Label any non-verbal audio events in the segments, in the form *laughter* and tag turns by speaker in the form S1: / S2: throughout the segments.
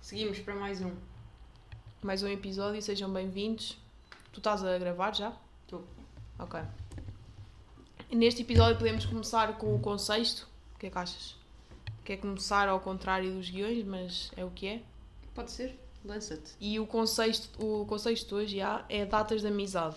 S1: Seguimos para mais um.
S2: Mais um episódio, sejam bem-vindos. Tu estás a gravar já?
S1: Estou.
S2: Ok. Neste episódio podemos começar com o contexto. O que é que achas? Quer começar ao contrário dos guiões, mas é o que é.
S1: Pode ser? Lança-te.
S2: E o contexto, o contexto de hoje já é datas de amizade.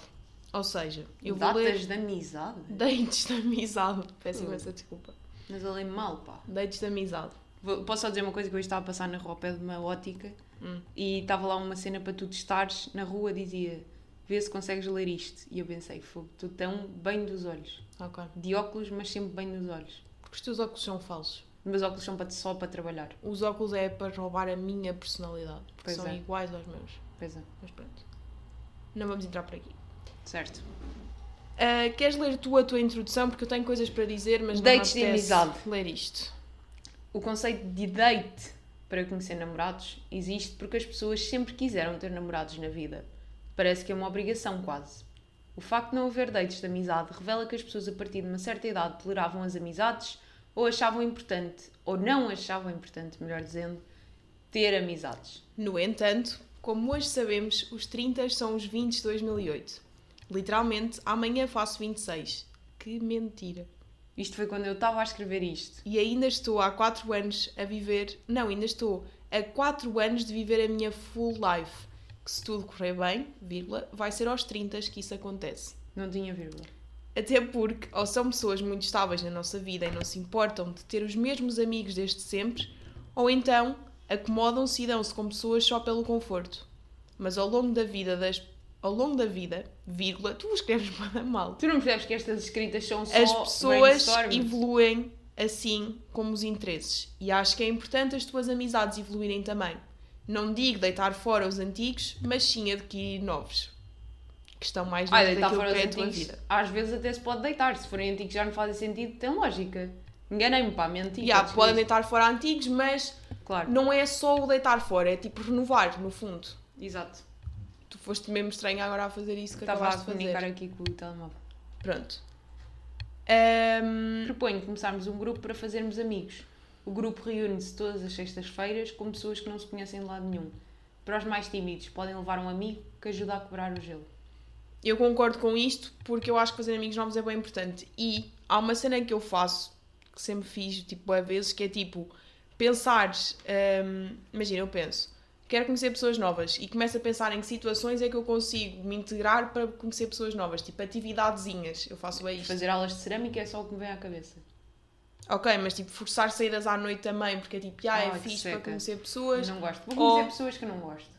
S2: Ou seja, eu
S1: Datas
S2: vou ler
S1: de amizade?
S2: dates de
S1: *laughs*
S2: amizade. Peço
S1: Hum.
S2: imensa desculpa.
S1: Mas eu lembro mal, pá.
S2: Dates de amizade.
S1: Vou- Posso só dizer uma coisa que eu estava a passar na rua ao pé de uma ótica
S2: Hum.
S1: e estava lá uma cena para tu testares na rua, dizia vê se consegues ler isto. E eu pensei, fogo, tu tão bem dos olhos.
S2: Ok.
S1: De óculos, mas sempre bem dos olhos.
S2: Porque os teus óculos são falsos.
S1: Os meus óculos são para, só para trabalhar.
S2: Os óculos é para roubar a minha personalidade. Porque
S1: Pois
S2: são
S1: é.
S2: iguais aos meus.
S1: Pois é.
S2: Mas pronto. Não vamos entrar por aqui.
S1: Certo.
S2: Ah, queres ler tu a tua introdução? Porque eu tenho coisas para dizer, mas
S1: Dates de
S2: não me apetece
S1: amizade.
S2: ler isto.
S1: O conceito de date para conhecer namorados existe porque as pessoas sempre quiseram ter namorados na vida. Parece que é uma obrigação, quase. O facto de não haver dates de amizade revela que as pessoas a partir de uma certa idade toleravam as amizades ou achavam importante, ou não achavam importante, melhor dizendo, ter amizades.
S2: No entanto, como hoje sabemos, os 30 são os 20 de 2008. Literalmente, amanhã faço 26. Que mentira.
S1: Isto foi quando eu estava a escrever isto.
S2: E ainda estou há 4 anos a viver. Não, ainda estou a 4 anos de viver a minha full life. Que se tudo correr bem, vírgula, vai ser aos 30 que isso acontece.
S1: Não tinha vírgula.
S2: Até porque, ou são pessoas muito estáveis na nossa vida e não se importam de ter os mesmos amigos desde sempre, ou então acomodam-se e dão-se com pessoas só pelo conforto. Mas ao longo da vida das. Ao longo da vida, vírgula, tu escreves *laughs* bué mal.
S1: Tu não percebes que estas escritas são só
S2: As pessoas
S1: brainstorms?
S2: evoluem assim como os interesses. E acho que é importante as tuas amizades evoluírem também. Não digo deitar fora os antigos, mas sim adquirir novos. Que estão mais
S1: Ah,
S2: dentro
S1: deitar
S2: daquilo
S1: fora
S2: que
S1: os
S2: é a tua
S1: antigos.
S2: vida.
S1: Às vezes até se pode deitar. Se forem antigos já não fazem sentido, tem lógica. Enganei-me, pá, menti.
S2: Ya,
S1: pode ser
S2: podem
S1: isso.
S2: deitar fora antigos, mas
S1: Claro,
S2: não é só o deitar fora, é tipo renovar, no fundo.
S1: exato.
S2: Tu foste mesmo estranha agora a fazer isso que
S1: Estava a
S2: acabaste de fazer.
S1: comunicar aqui com o telemóvel.
S2: Pronto. Ahm,
S1: Proponho começarmos um grupo para fazermos amigos. O grupo reúne-se todas as sextas-feiras com pessoas que não se conhecem de lado nenhum. Para os mais tímidos, podem levar um amigo que ajuda a quebrar o gelo.
S2: eu concordo com isto porque eu acho que fazer amigos novos é bem importante. E há uma cena que eu faço, que sempre fiz, tipo, às vezes, que é tipo, pensares, ahm, imagina, eu penso, quero conhecer pessoas novas e começo a pensar em que situações é que eu consigo me integrar para conhecer pessoas novas, tipo, atividadezinhas, eu faço bem isto.
S1: Fazer aulas de cerâmica é só o que me vem à cabeça.
S2: Ok, mas tipo, forçar saídas à noite também, porque é tipo, ah, é
S1: Ai, que
S2: fixe
S1: seca.
S2: para conhecer pessoas.
S1: Não gosto. Vou
S2: Ou-
S1: conhecer pessoas que não gosto.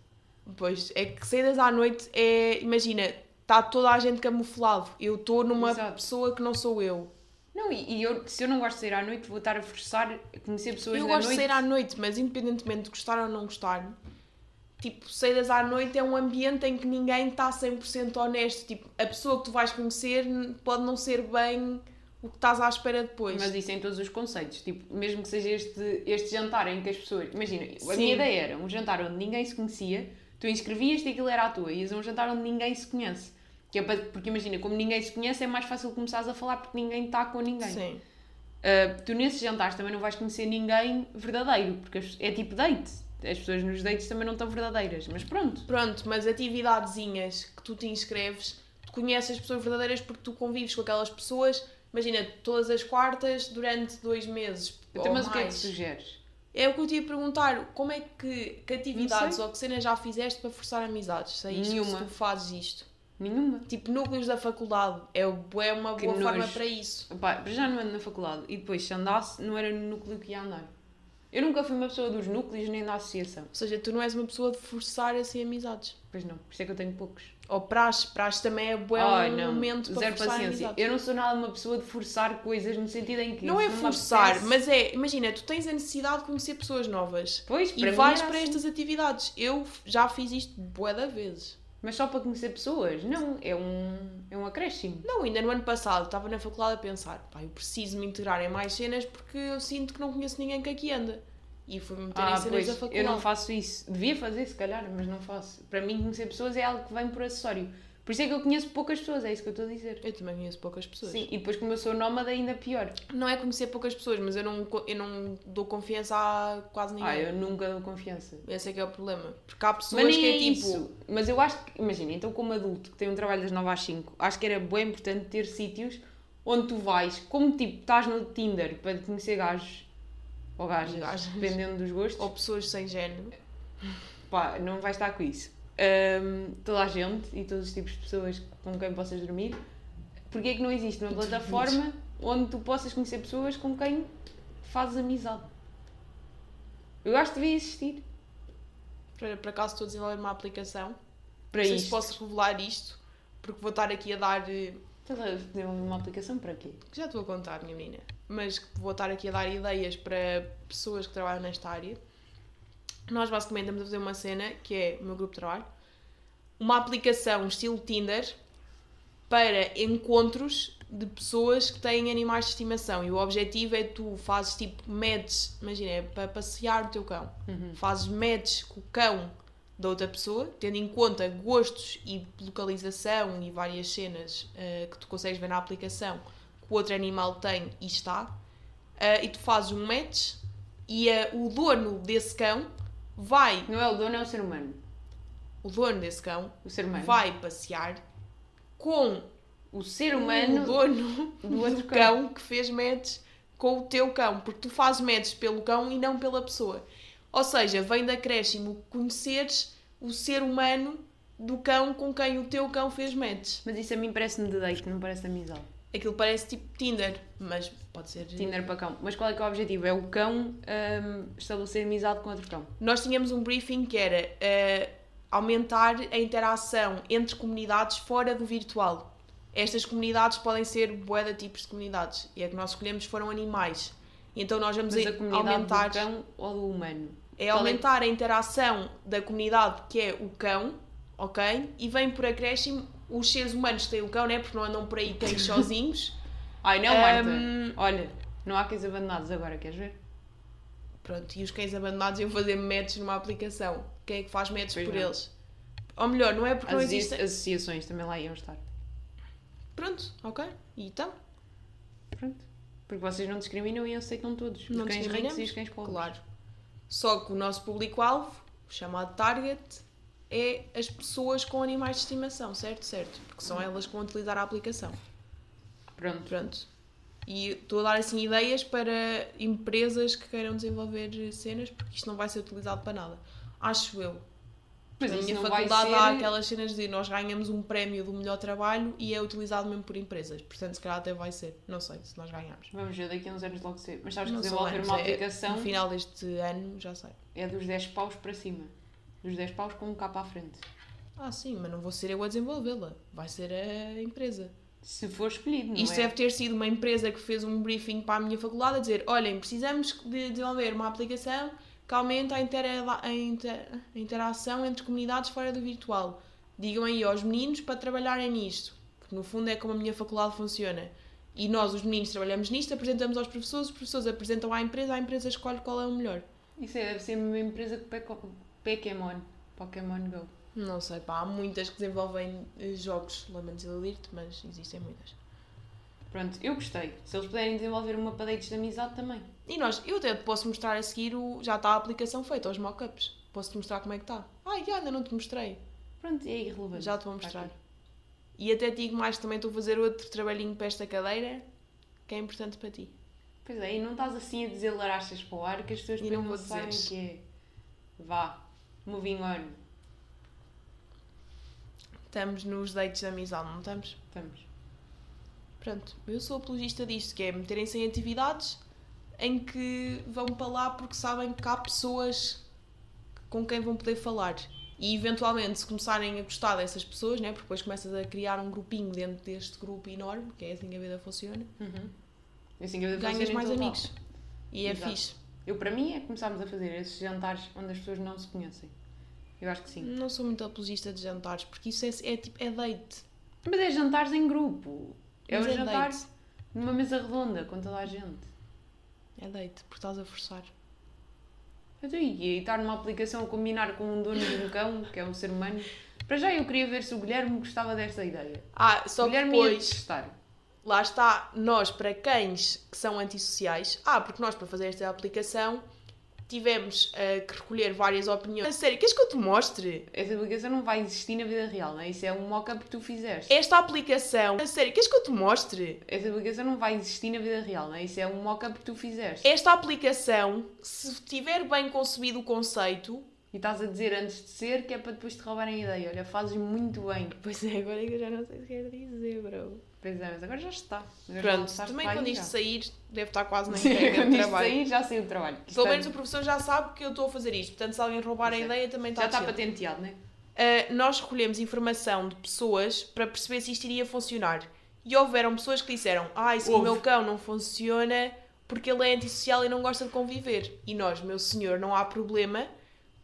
S2: Pois, é que saídas à noite é. Imagina, está toda a gente camuflado. Eu estou numa
S1: Exato.
S2: pessoa que não sou eu.
S1: Não, e, e eu, se eu não gosto de sair à noite, vou estar a forçar a conhecer pessoas
S2: eu
S1: da
S2: gosto
S1: noite.
S2: de sair à noite, mas independentemente de gostar ou não gostar, tipo, saídas à noite é um ambiente em que ninguém tá está 100% honesto. Tipo, a pessoa que tu vais conhecer n- pode não ser bem o que estás à espera depois.
S1: Mas isso é em todos os conceitos, tipo, mesmo que seja este, este jantar em que as pessoas. Imagina, a
S2: Sim.
S1: minha ideia era um jantar onde ninguém se conhecia, tu inscrevias-te e aquilo era a tua, ias a um jantar onde ninguém se conhece. Que é para, porque imagina, como ninguém se conhece, é mais fácil começares a falar porque ninguém está com ninguém.
S2: Sim.
S1: Ah, tu nesses jantares também não vais conhecer ninguém verdadeiro, porque as- é tipo date. As pessoas nos dates também não estão verdadeiras, mas pronto.
S2: Pronto, mas atividadezinhas que tu te inscreves, tu conheces as pessoas verdadeiras porque tu convives com aquelas pessoas, imagina, todas as quartas durante dois meses.
S1: Então,
S2: ou
S1: mas o que é que
S2: mais.
S1: sugeres?
S2: É o que eu te ia perguntar, como é que, que
S1: Não
S2: atividades
S1: sei.
S2: ou que cenas já fizeste para forçar amizades? Sei isto,
S1: Nenhuma.
S2: se tu fazes isto.
S1: Nenhuma.
S2: Tipo, núcleos da faculdade, é o- é uma
S1: Que
S2: boa forma
S1: nojo.
S2: para isso.
S1: Pá, para já não ando na faculdade e depois se andasse não era no núcleo que ia andar. Eu nunca fui uma pessoa dos núcleos nem da associação.
S2: Ou seja, tu não és uma pessoa de forçar assim amizades.
S1: Pois não, por isso é que eu tenho poucos.
S2: Ou praxe, praxe também é bué
S1: Ai,
S2: um momento para
S1: Zero
S2: forçar
S1: paciência.
S2: amizades.
S1: Eu não sou nada uma pessoa de forçar coisas no sentido em que.
S2: Não
S1: se
S2: é
S1: me
S2: forçar,
S1: apetece-
S2: mas é, imagina, tu tens a necessidade de conhecer pessoas novas
S1: Pois, para
S2: e
S1: mim
S2: vais
S1: era
S2: para
S1: assim.
S2: estas atividades. Eu f- já fiz isto bué da vezes.
S1: Mas só para conhecer pessoas? Não, é um, é um acréscimo.
S2: Não, ainda no ano passado estava na faculdade a pensar, pá, eu preciso me integrar em mais cenas porque eu sinto que não conheço ninguém que aqui anda. E fui-me meter em
S1: Ah,
S2: cenas
S1: pois,
S2: da faculdade.
S1: eu não faço isso. Devia fazer, se calhar, mas não faço. Para mim, conhecer pessoas é algo que vem por acessório. Por isso é que eu conheço poucas pessoas, é isso que eu estou a dizer.
S2: Eu também conheço poucas pessoas.
S1: Sim, e depois como eu sou nómada ainda pior.
S2: Não é conhecer poucas pessoas, mas eu não, co- eu não dou confiança a quase ninguém.
S1: Ah, eu nunca dou confiança.
S2: Esse é que é o problema. Porque há pessoas
S1: Mas
S2: que
S1: nem
S2: é,
S1: é
S2: tipo.
S1: isso. Mas eu acho que, imagina, então como adulto que tem um trabalho das 9 às 5, acho que era bem importante ter sítios onde tu vais, como tipo, estás no Tinder para conhecer gajos ou gajas,
S2: Gajas.
S1: dependendo dos gostos,
S2: Ou pessoas sem género.
S1: pá, não vais estar com isso. Ahm, toda a gente e todos os tipos de pessoas com quem possas dormir, porque é que não existe uma
S2: Dormir.
S1: plataforma onde tu possas conhecer pessoas com quem fazes amizade? Eu acho que devia existir
S2: Para, por acaso estou a desenvolver uma aplicação.
S1: para
S2: não sei
S1: isso.
S2: se posso revelar isto, porque vou estar aqui a dar. eh,
S1: Estás a fazer Então, uma aplicação para quê?
S2: que Já estou a contar, minha menina. Mas que vou estar aqui a dar ideias para pessoas que trabalham nesta área. Nós basicamente estamos a fazer uma cena, que é o meu grupo de trabalho, uma aplicação estilo Tinder para encontros de pessoas que têm animais de estimação. E o objetivo é tu fazes tipo matches, imagina, é para passear o teu cão. Fazes matches com o cão da outra pessoa, tendo em conta gostos e localização e várias cenas eh, que tu consegues ver na aplicação que o outro animal tem e está. Eh, e tu fazes um match e eh, o dono desse cão vai,
S1: Não é o dono, é o ser humano.
S2: o dono desse cão
S1: O ser humano.
S2: vai passear com
S1: O ser
S2: o
S1: humano
S2: dono
S1: do outro
S2: do
S1: cão.
S2: cão que fez match com o teu cão, porque tu fazes match pelo cão e não pela pessoa. Ou seja, vem de acréscimo conheceres o ser humano do cão com quem o teu cão fez match.
S1: Mas isso a mim parece-me de date, não parece de amizade.
S2: Aquilo parece tipo Tinder, mas pode ser.
S1: Tinder para cão. Mas qual é que é o objetivo? É o cão hum, estabelecer amizade com outro cão.
S2: Nós tínhamos um briefing que era eh, aumentar a interação entre comunidades fora do virtual. Estas comunidades podem ser bué de tipos de comunidades e a que nós escolhemos foram animais. Então nós vamos
S1: Mas
S2: a-
S1: a comunidade
S2: aumentar
S1: do cão ou do humano?
S2: é
S1: Qual
S2: aumentar a interação da comunidade que é o cão, ok? E vem por acréscimo os seres humanos que têm o cão, né? Porque não andam por aí
S1: *laughs*
S2: cães sozinhos.
S1: Ai, não, Marta.
S2: Hum.
S1: Olha, não há cães abandonados agora, queres ver?
S2: Pronto, e os cães abandonados iam fazer matches numa aplicação. Quem é que faz matches
S1: Pois
S2: por
S1: não.
S2: eles? Ou melhor, não é porque não
S1: As
S2: existem.
S1: associações também lá iam estar.
S2: Pronto, ok. E então?
S1: Pronto. Porque vocês não discriminam e aceitam todos. Os
S2: Não
S1: cães ricos e os
S2: discriminamos?
S1: cães pobres.
S2: Claro. Só que o nosso público-alvo, o chamado target, é as pessoas com animais de estimação, certo? Certo. Porque são elas que vão utilizar a aplicação.
S1: Pronto.
S2: Pronto. E estou a dar assim ideias para empresas que queiram desenvolver cenas, porque isto não vai ser utilizado para nada. Acho eu.
S1: Mas
S2: a
S1: isso
S2: minha
S1: não vai
S2: faculdade há
S1: ser...
S2: aquelas cenas de nós ganhamos um prémio do melhor trabalho e é utilizado mesmo por empresas. Portanto, se calhar até vai ser. Não sei se nós ganharmos.
S1: Vamos ver daqui a uns anos logo ser. Mas sabes que
S2: Não são
S1: desenvolver
S2: anos,
S1: uma
S2: é
S1: aplicação...
S2: No final deste ano, já sei.
S1: É dos 10 paus para cima. Dos 10 paus com um capa à frente.
S2: Ah, sim, mas não vou ser eu a desenvolvê-la. Vai ser a empresa.
S1: Se for escolhido, não
S2: Isto
S1: é?
S2: deve ter sido uma empresa que fez um briefing para a minha faculdade a dizer: olhem, precisamos de desenvolver uma aplicação que aumente a, intera- a inter- a interação entre comunidades fora do virtual. Digam aí aos meninos para trabalharem nisto, porque no fundo é como a minha faculdade funciona. E nós, os meninos, trabalhamos nisto, apresentamos aos professores, os professores apresentam à empresa, a empresa escolhe qual é o melhor.
S1: Isso é, deve ser uma empresa que peco- Pokémon. Pokémon Go.
S2: Não sei, pá, há muitas que desenvolvem eh, jogos, lamento desiludir-te, mas existem muitas.
S1: Pronto, eu gostei. Se eles puderem desenvolver uma para dates de amizade também.
S2: E nós, eu até te posso mostrar a seguir o. Já está a aplicação feita, os mockups. Posso-te mostrar como é que está. Ai, ainda não te mostrei.
S1: Pronto, é irrelevante.
S2: Já te vou mostrar.
S1: Está aqui.
S2: E até te digo mais, também estou a fazer outro trabalhinho para esta cadeira que é importante para ti.
S1: Pois é, e não estás assim a dizer larachas para o ar que as pessoas
S2: E não
S1: depois
S2: vou
S1: não sabem o
S2: dizer.
S1: que é. Vá. Moving on.
S2: Estamos nos dates de amizade, não estamos?
S1: Estamos.
S2: Pronto, eu sou apologista disto, que é meterem-se em atividades em que vão para lá porque sabem que há pessoas com quem vão poder falar. E eventualmente, se começarem a gostar dessas pessoas, né, porque depois começas a criar um grupinho dentro deste grupo enorme, que é assim que a vida funciona,
S1: Uhum. Assim que eu devo
S2: ganhas
S1: fazer em
S2: mais
S1: todo lado.
S2: amigos. E é
S1: Exato.
S2: fixe.
S1: Eu, para mim, é que começámos a fazer esses jantares onde as pessoas não se conhecem. Eu acho que sim.
S2: Não sou muito apologista de jantares, porque isso é, é tipo, é date.
S1: Mas é jantares em grupo. É um
S2: Mas é
S1: jantar
S2: date.
S1: numa mesa redonda com toda a gente.
S2: É date, porque estás a forçar.
S1: Eu estou aí, e estar numa aplicação a combinar com um dono de um cão, que é um ser humano, Para já eu queria ver se o Guilherme gostava desta ideia.
S2: Ah, só
S1: o
S2: que
S1: Guilherme ia
S2: depois,
S1: testar.
S2: lá está, nós, para cães que são antissociais, ah, porque nós, para fazer esta aplicação, tivemos ah, que recolher várias opiniões. A sério, queres que eu te mostre?
S1: Essa aplicação não vai existir na vida real, não é? Isso é um mock-up que tu fizeste.
S2: Esta aplicação, a sério, queres que eu te mostre?
S1: Essa aplicação não vai existir na vida real, não é? Isso é um mock-up que tu fizeste.
S2: Esta aplicação, se tiver bem concebido o conceito,
S1: E estás a dizer antes de ser que é para depois te roubarem a ideia. Olha, fazes muito bem.
S2: pois é, agora é que eu já não sei o que quer dizer, bro.
S1: Pois é, mas agora já está. Agora já
S2: Pronto,
S1: está,
S2: também
S1: vai
S2: quando
S1: já.
S2: isto sair, deve estar quase na
S1: Sim,
S2: entrega
S1: quando
S2: de
S1: isto
S2: trabalho.
S1: sair, já saiu o trabalho.
S2: Pelo
S1: Isto é
S2: menos o professor já sabe que eu estou a fazer isto, portanto, se alguém roubar a
S1: Pois é.
S2: ideia, também está
S1: já está
S2: chill.
S1: patenteado, não é?
S2: Uh, nós recolhemos informação de pessoas para perceber se isto iria funcionar. E houveram pessoas que disseram: Ah, isso o
S1: Houve.
S2: meu cão não funciona porque ele é antissocial e não gosta de conviver. E nós, meu senhor, não há problema,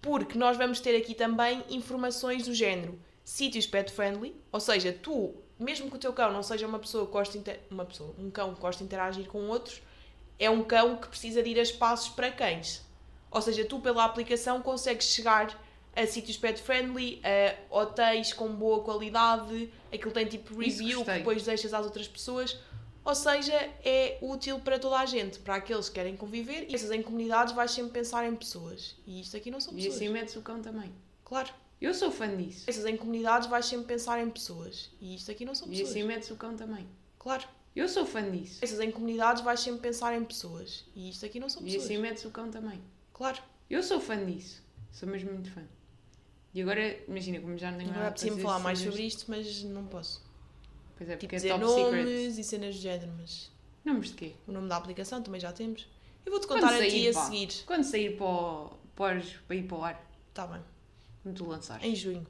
S2: porque nós vamos ter aqui também informações do género: sítios pet-friendly, ou seja, tu, mesmo que o teu cão não seja uma pessoa que gosta de inter... uma pessoa, um cão que gosta de interagir com outros, é um cão que precisa de ir a espaços para cães. Ou seja, tu pela aplicação consegues chegar a sítios pet friendly, a hotéis com boa qualidade, aquilo tem tipo
S1: Isso
S2: review que
S1: gostei.
S2: depois deixas às outras pessoas. Ou seja, é útil para toda a gente, para aqueles que querem conviver e essas em comunidades vais sempre pensar em pessoas. E isto aqui não são
S1: E
S2: pessoas. É,
S1: assim metes o cão também.
S2: Claro.
S1: Eu sou fã disso.
S2: Essas em comunidades vais sempre pensar em pessoas. E isto aqui não são
S1: E
S2: pessoas.
S1: assim metes o cão também.
S2: Claro.
S1: Eu sou fã disso.
S2: Essas em comunidades vais sempre pensar em pessoas. E isto aqui não são
S1: E
S2: pessoas.
S1: assim metes o cão também.
S2: Claro.
S1: Eu sou fã disso. Sou mesmo muito fã. E agora, imagina, como já não tenho nada
S2: Agora
S1: a fazer...
S2: preciso é falar mais
S1: cenas-
S2: sobre isto, mas não posso.
S1: Pois é,
S2: Tipo,
S1: porque é
S2: dizer
S1: top
S2: nomes
S1: secret.
S2: e cenas do género, mas
S1: Nomes de quê?
S2: o nome da aplicação também já temos. Eu vou-te
S1: Quando
S2: contar a
S1: sair,
S2: ti a
S1: pá.
S2: seguir.
S1: Quando sair para, o, para, os- para ir para o ar,
S2: Tá bem.
S1: quando tu lançares.
S2: Em junho.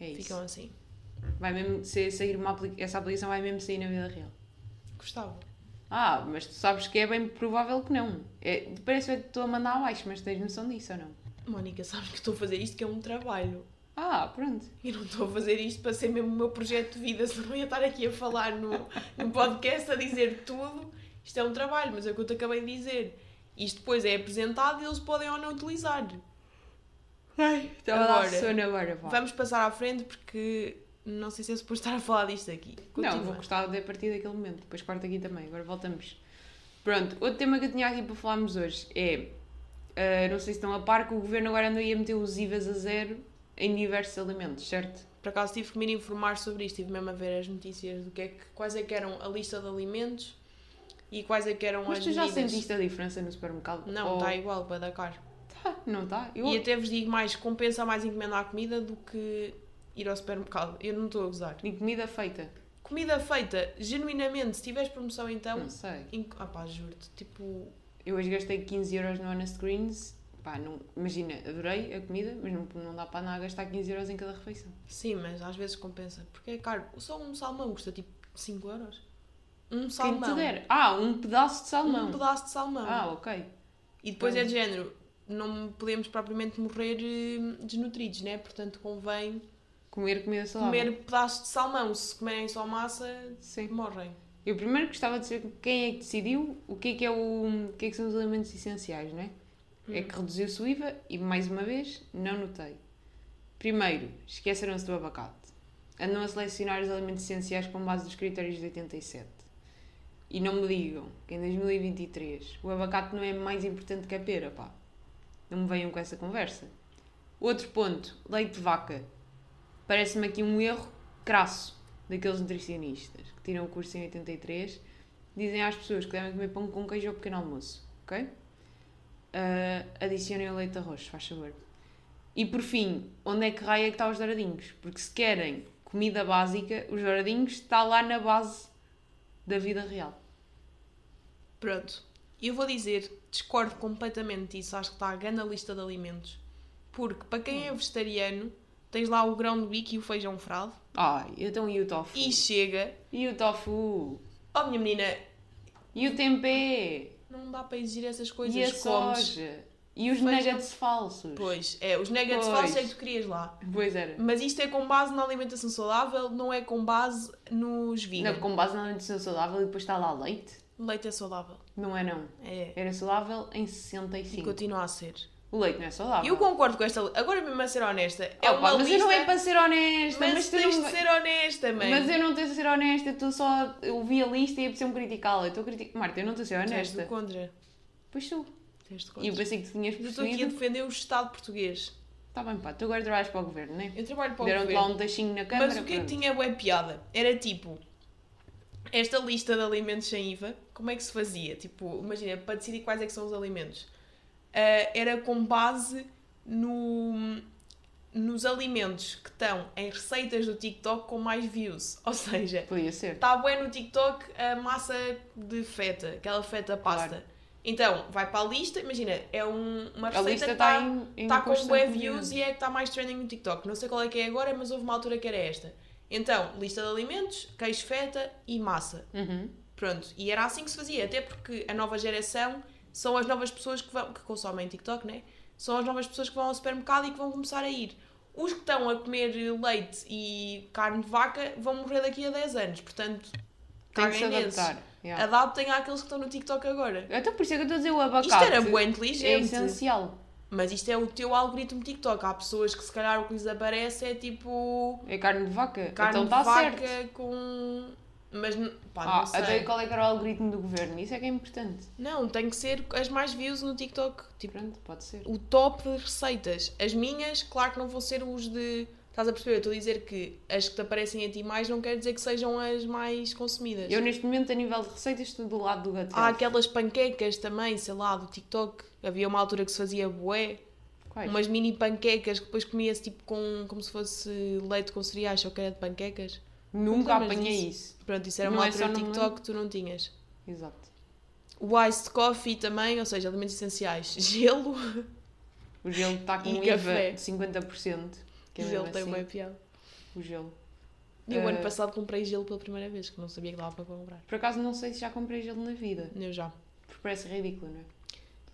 S1: É isso.
S2: Ficam assim.
S1: Vai mesmo ser- sair uma aplica... Essa aplicação vai mesmo sair na vida real.
S2: Gostava.
S1: Ah, mas tu sabes que é bem provável que não. É, parece que eu estou a mandar abaixo, mas tens noção disso ou não?
S2: Mónica, sabes que estou a fazer isto que é um trabalho.
S1: Ah, pronto.
S2: E não estou a fazer isto para ser mesmo o meu projeto de vida, *laughs* senão ia estar aqui a falar no, no podcast a dizer tudo. Isto é um trabalho, mas é o que eu te acabei de dizer. Isto depois é apresentado e eles podem ou não utilizar.
S1: Ai, estava a dar
S2: Agora.
S1: sono agora, pá.
S2: Então Vamos passar à frente porque não sei se é suposto estar a falar disto aqui.
S1: Não, vou gostar de a partir daquele momento. Depois corta aqui também, agora voltamos. Pronto, outro tema que eu tinha aqui para falarmos hoje é. ah, não sei se estão a par que o governo agora anda aí a meter os IVAs a zero em diversos alimentos, certo?
S2: Por acaso tive que me ir informar sobre isto, tive mesmo a ver as notícias do que é que, quais é que eram a lista de alimentos e quais é que eram
S1: Mas
S2: as
S1: tu já
S2: medidas.
S1: sentiste a diferença no supermercado?
S2: Não,
S1: Ou-
S2: está igual para dar caro.
S1: Tá, *laughs* não está. Eu...
S2: E até vos digo mais, compensa mais encomendar comida do que ir ao supermercado. Eu não estou a gozar.
S1: E comida feita?
S2: Comida feita, genuinamente, se tiveres promoção então...
S1: Não sei.
S2: Em... Ah pá, juro-te, tipo...
S1: Eu hoje gastei 15 euros no Honest Greens. Pá, não... imagina, adorei a comida, mas não, não dá para nada gastar 15 euros em cada refeição.
S2: Sim, mas às vezes compensa, porque é caro. Só um salmão custa tipo 5 euros. Um
S1: Quem
S2: salmão.
S1: te der? Ah, um pedaço de salmão.
S2: Um pedaço de salmão.
S1: Ah, ok.
S2: E depois é
S1: Pois.
S2: de género, não podemos propriamente morrer eh, desnutridos, né? Portanto, convém
S1: Comer comida saudável.
S2: comer pedaços de salmão. Se comerem só massa,
S1: Sim.
S2: morrem.
S1: Eu primeiro gostava de saber quem é que decidiu o que é que, é o, o que, é que são os alimentos essenciais, não é? É que reduziu-se o IVA e, mais uma vez, não notei. Primeiro, esqueceram-se do abacate. Andam a selecionar os alimentos essenciais com base nos critérios de 87. E não me digam que em 2023 o abacate não é mais importante que a pera, pá. Não me venham com essa conversa. Outro ponto, leite de vaca. Parece-me aqui um erro crasso daqueles nutricionistas que tiram o curso em 83 dizem às pessoas que devem comer pão com queijo ao pequeno almoço, ok? Ah, adicionem o leite de arroz, faz favor. E por fim, onde é que raia que está os douradinhos? Porque se querem comida básica, os douradinhos está lá na base da vida real.
S2: Pronto. Eu vou dizer, discordo completamente disso. Acho que está a grande lista de alimentos. Porque para quem é
S1: Hum.
S2: vegetariano, tens lá o grão de bico e o feijão frade.
S1: Ai, então e o tofu?
S2: E chega.
S1: E o tofu?
S2: Oh, minha menina,
S1: E o tempê?
S2: não dá para exigir essas
S1: e a
S2: coisas que comes.
S1: soja? E os
S2: Feijão.
S1: nuggets falsos?
S2: Pois, é, os
S1: Pois.
S2: nuggets falsos é que tu querias lá.
S1: Pois era.
S2: Mas isto é com base na alimentação saudável, não é com base nos
S1: Não,
S2: vegan.
S1: com base na alimentação saudável e depois está lá leite?
S2: Leite é saudável.
S1: Não é não.
S2: É.
S1: Era saudável em
S2: E
S1: 65.
S2: continua a ser.
S1: O leite não é saudável.
S2: Eu concordo com esta. li- Agora, mesmo a ser honesta, é
S1: Opa,
S2: uma
S1: mas
S2: lista.
S1: eu não é para ser honesta,
S2: mas,
S1: mas, tu
S2: tens
S1: não-
S2: de ser honesta, mãe.
S1: Mas é eu não estou a ser honesta, tu só ouvi a lista e ia sempre criticá-la. Eu estou a criticar. Marta, eu não estou a ser
S2: Tu és do
S1: honesta.
S2: contra.
S1: Pois tu.
S2: Tu és do
S1: E eu
S2: contra.
S1: pensei que tu tinhas
S2: Eu estou aqui a
S1: percebido.
S2: defender o Estado português.
S1: Tá bem, pá, tu agora trabalhas para o governo, não é?
S2: Eu trabalho para o
S1: Deram-te lá
S2: governo.
S1: um tachinho na câmara.
S2: Mas o que é que
S1: pronto.
S2: tinha bué piada? Era tipo, esta lista de alimentos sem IVA, como é que se fazia? Tipo, imagina, para decidir quais é que são os alimentos. Ah, era com base no, nos alimentos que estão em receitas do TikTok com mais views. *laughs* Ou seja,
S1: Podia ser.
S2: Está bué no TikTok a massa de feta, aquela feta pasta.
S1: Claro.
S2: Então, vai para a lista, imagina, é um- uma
S1: A
S2: receita
S1: lista
S2: que
S1: está
S2: está
S1: em, em
S2: tá com
S1: É constante
S2: bué
S1: movimento.
S2: views e é que está mais trending no TikTok. Não sei qual é que é agora, mas houve uma altura que era esta. Então, lista de alimentos, queijo feta e massa.
S1: Uhum.
S2: Pronto, e era assim que se fazia, até porque a nova geração são as novas pessoas que, vão, que consomem TikTok, né? São as novas pessoas que vão ao supermercado e que vão começar a ir. Os que estão a comer leite e carne de vaca vão morrer daqui a 10 anos, portanto,
S1: Tem que se
S2: caguem nesses.
S1: adaptar. Yeah.
S2: Adaptem àqueles que estão no TikTok agora.
S1: Então por isso é que eu estou a dizer o abacate.
S2: Isto era bem
S1: É
S2: inteligente.
S1: essencial.
S2: mas isto é o teu algoritmo TikTok. Há pessoas que se calhar o que lhes aparece é tipo
S1: É carne de vaca.
S2: carne
S1: então
S2: de
S1: está
S2: vaca
S1: certo.
S2: com. Mas n- pá,
S1: Ah,
S2: não sei.
S1: até qual é que era o algoritmo do governo? Isso é que é importante.
S2: Não, tem que ser as mais views no TikTok. Tipo,
S1: Pronto, pode ser.
S2: o top de receitas. As minhas, claro que não vão ser os de. Estás a perceber? Eu estou a dizer que as que te aparecem a ti mais não quer dizer que sejam as mais consumidas.
S1: Eu neste momento, a nível de receitas, estou do lado do gato.
S2: Há aquelas panquecas também, sei lá, do TikTok. Havia uma altura que se fazia bué.
S1: Quais?
S2: Umas mini panquecas que depois comia-se tipo com, como se fosse leite com cereais, só que era de panquecas.
S1: Nunca
S2: Não te lembras
S1: apanhei isso.
S2: Pronto, isso era uma
S1: Não é
S2: altura
S1: só
S2: de
S1: no
S2: TikTok que tu não tinhas.
S1: Exato.
S2: O iced coffee também, ou seja, alimentos essenciais. *laughs* Gelo.
S1: O gelo está com
S2: E
S1: um
S2: café.
S1: IVA de 50%. Que é
S2: gelo
S1: mesmo
S2: tem
S1: assim,
S2: uma piada.
S1: o gelo.
S2: E o
S1: Eh,
S2: ano passado comprei gelo pela primeira vez, que não sabia que dava para comprar.
S1: Por acaso não sei se já comprei gelo na vida.
S2: Eu já.
S1: Porque parece ridículo, não é?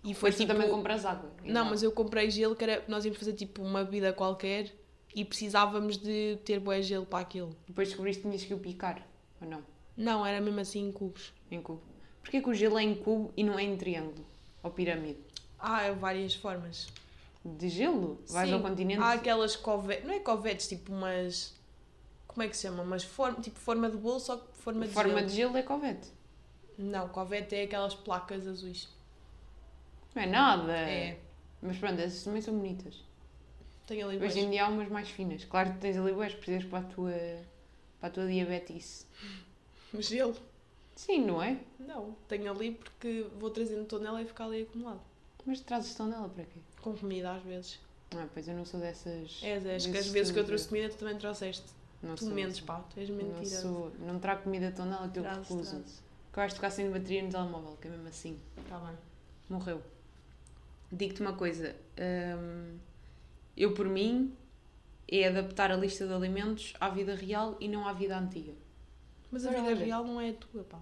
S2: E foi
S1: Mas tu
S2: tipo...
S1: também compras água.
S2: Não, mas eu comprei gelo que era... Nós íamos fazer tipo uma bebida qualquer e precisávamos de ter bué gelo para aquilo.
S1: Depois descobriste que tinhas que o picar, ou não?
S2: Não, era mesmo assim em cubos.
S1: Em cubo. Porquê que o gelo é em cubo e não é em triângulo? Ou pirâmide?
S2: Há várias formas.
S1: De gelo? Vais
S2: Sim, Ah,
S1: ao continente?
S2: Há aquelas covetes, não é covetes, tipo umas. Como é que se chama? Umas forma, tipo forma de bolo, só que forma de
S1: Forma
S2: gelo.
S1: de gelo é covete.
S2: Não, covete é aquelas placas azuis.
S1: Não é nada.
S2: É.
S1: Mas pronto, essas também são bonitas.
S2: Tenho ali
S1: Hoje
S2: dois.
S1: em dia há umas mais finas. Claro que tens ali boas, precisas para a tua, para a tua diabetes.
S2: *laughs* Gelo?
S1: Sim, não é?
S2: Não, tenho ali porque vou trazendo tonela e ficar ali acumulado.
S1: Mas trazes tão dela para quê?
S2: Com comida às vezes.
S1: Ah, pois eu não sou dessas.
S2: É, acho que
S1: desses
S2: as vezes que eu trouxe
S1: tons
S2: comida tu também trouxeste.
S1: de- Não
S2: tu mentes, pá, tu és
S1: Não,
S2: mentira.
S1: sou, não trago comida tão dela que eu
S2: Trazes,
S1: recuso.
S2: trazes.
S1: Que eu acho que ficar sem bateria no telemóvel, que é mesmo assim.
S2: Tá bem.
S1: Morreu. Digo-te uma coisa. hum, eu, por mim, é adaptar a lista de alimentos à vida real e não à vida antiga.
S2: Mas a
S1: Ora,
S2: vida
S1: olha.
S2: real não é a tua, pá.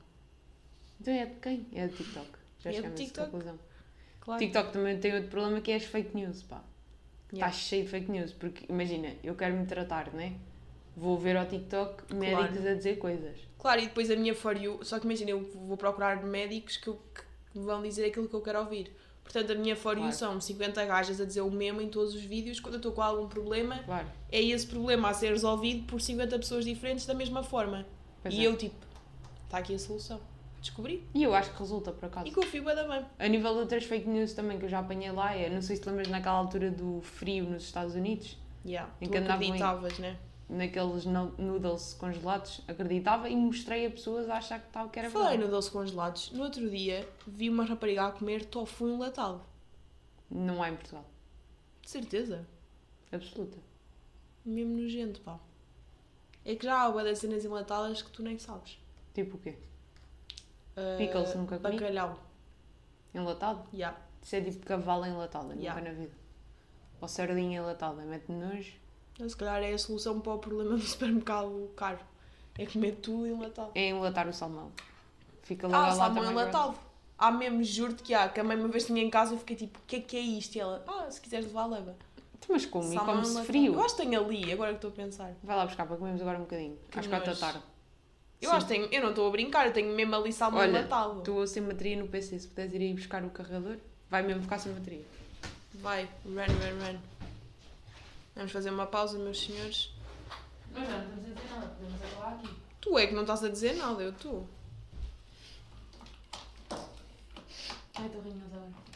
S1: Então é de quem? É do TikTok. Já
S2: É do
S1: chegámos a essa
S2: TikTok.
S1: conclusão.
S2: Claro.
S1: TikTok também tem outro problema que é as fake news, pá. Está
S2: Yeah.
S1: cheio de fake news, porque imagina, eu quero me tratar, né? Vou ver ao TikTok médicos a dizer coisas.
S2: Claro, e depois a minha For You, só que imagina, eu vou procurar médicos que, eu- que vão dizer aquilo que eu quero ouvir. Portanto, a minha For You
S1: Claro.
S2: são 50 gajas a dizer o mesmo em todos os vídeos. Quando eu estou com algum problema,
S1: Claro.
S2: é esse problema a ser resolvido por 50 pessoas diferentes da mesma forma.
S1: Pois
S2: e
S1: é.
S2: eu, tipo, está aqui a solução. Descobri.
S1: E eu acho que resulta, por
S2: E
S1: acaso.
S2: confio bué da mãe.
S1: A nível de outras fake news também que eu já apanhei lá, é, não sei se te lembras naquela altura do frio nos Estados Unidos,
S2: Yeah,
S1: Em
S2: tu
S1: que andava em-
S2: acreditavas, né?
S1: naqueles no- noodles congelados, acreditava e mostrei a pessoas a achar que estava que era
S2: Falei
S1: verdade.
S2: no doce congelados. No outro dia, vi uma rapariga a comer tofu enlatado.
S1: Não há em Portugal.
S2: De certeza.
S1: Absoluta.
S2: Mesmo nojento, pá. É que já há bué das cenas enlatadas que tu nem sabes.
S1: Tipo o quê?
S2: Uh,
S1: Pickles nunca comi.
S2: Bacalhau,
S1: Enlatado?
S2: yeah.
S1: Isso é tipo cavalo enlatado,
S2: Yeah.
S1: nunca na vida. Ou sardinha enlatada, mete-me nojo.
S2: Então, Se calhar é a solução para o problema do *laughs* supermercado caro. É comer tudo enlatado.
S1: É enlatar o salmão. Fica logo
S2: Ah,
S1: a lata
S2: salmão
S1: mais
S2: enlatado. Há mesmo, juro-te que há. Que a mãe uma vez tinha em casa e eu fiquei tipo, o que é que é isto? E ela, ah, se quiseres levar, leva.
S1: grossa. Então, Mas como? E
S2: Salmão
S1: come-se
S2: enlatado.
S1: frio.
S2: Eu acho que tenho ali, agora que estou a pensar.
S1: Vai lá buscar para comermos agora um bocadinho.
S2: Que
S1: às quatro da
S2: nojo.
S1: tarde.
S2: Eu
S1: Sim.
S2: acho que tenho, eu não estou a brincar, eu tenho mesmo ali salmão
S1: Olha,
S2: enlatado.
S1: Estou sem bateria no PC. Se puderes ir aí buscar o carregador, vai mesmo ficar sem bateria.
S2: Vai, run, run, run. Vamos fazer uma pausa, meus senhores.
S1: Nós já não estamos a dizer nada, podemos acabar aqui.
S2: Tu é que não estás a dizer nada, eu tu.
S1: Ai, estou ranhosa agora.